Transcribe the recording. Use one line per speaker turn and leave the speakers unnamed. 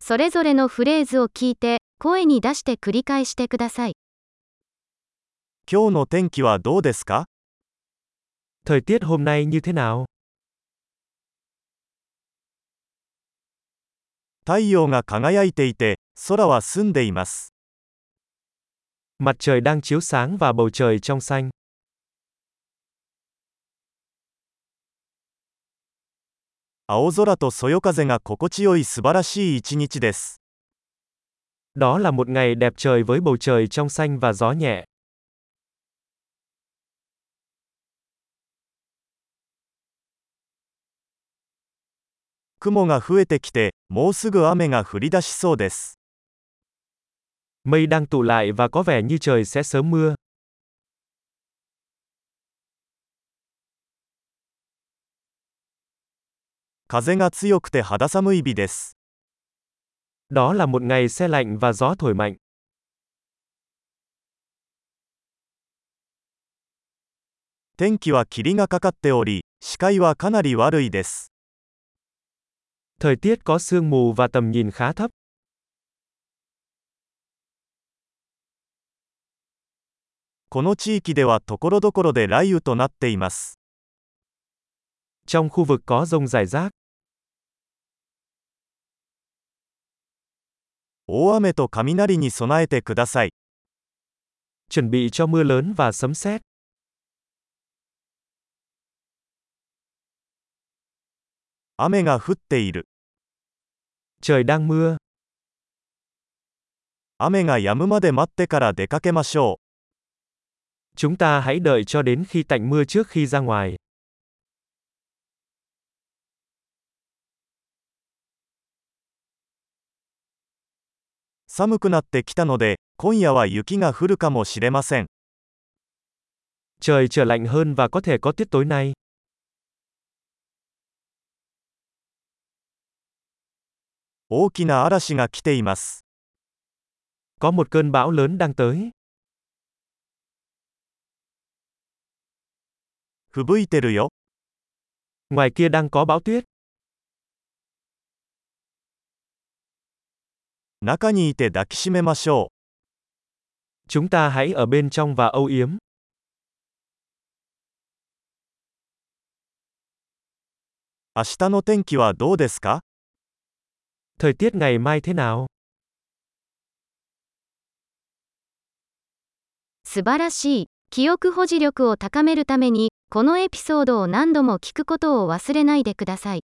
それぞれのフレーズを聞いて、声に出して繰り返してください。
今日の天気はどうですか
Thời tiết hôm nay như thế nào?
太陽が輝いていて、空は澄んでいます。
Mặt trời đang chiếu sáng và bầu trời trong xanh.
青空とそよ風が心地よい素晴らしい一日です。
Đó là một ngày đẹp trời với bầu trời trong xanh và gió nhẹ.
雲が増えてきて、もうすぐ雨が降り出しそうです。
Mây đang tụ lại và có vẻ như trời sẽ sớm mưa.
風が強くて肌寒い日です。
Đó là một ngày se lạnh và gió thổi mạnh.
天気は霧がかかっており、視界はかなり悪いです。
Thời tiết có sương mù và tầm nhìn khá thấp.
この地域ではところどころで雷雨となっています。
Trong khu vực có rông rải rác,
大雨と雷に備えてください。
chuẩn bị cho mưa lớn và sấm sét.
雨が降っている。
Trời đang mưa,
雨が止むまで待ってから出かけましょう。
chúng ta hãy đợi cho đến khi tạnh mưa trước khi ra ngoài.
寒くなってきたので、今夜は雪が降るかもしれません。
Trời trở lạnh hơn và có thể có tiết tối nay.
大きな嵐が来ています。
Có một cơn bão lớn đang tới.
吹雪いてるよ。
Ngoài kia đang có bão tuyết.
中にいて抱きしめましょう。
Chúng ta hãy ở bên trong và âu yếm.
明日の天気はどうですか
Thời tiết ngày mai thế nào?
素晴らしい。記憶保持力を高めるために、このエピソードを何度も聞くことを忘れないでください。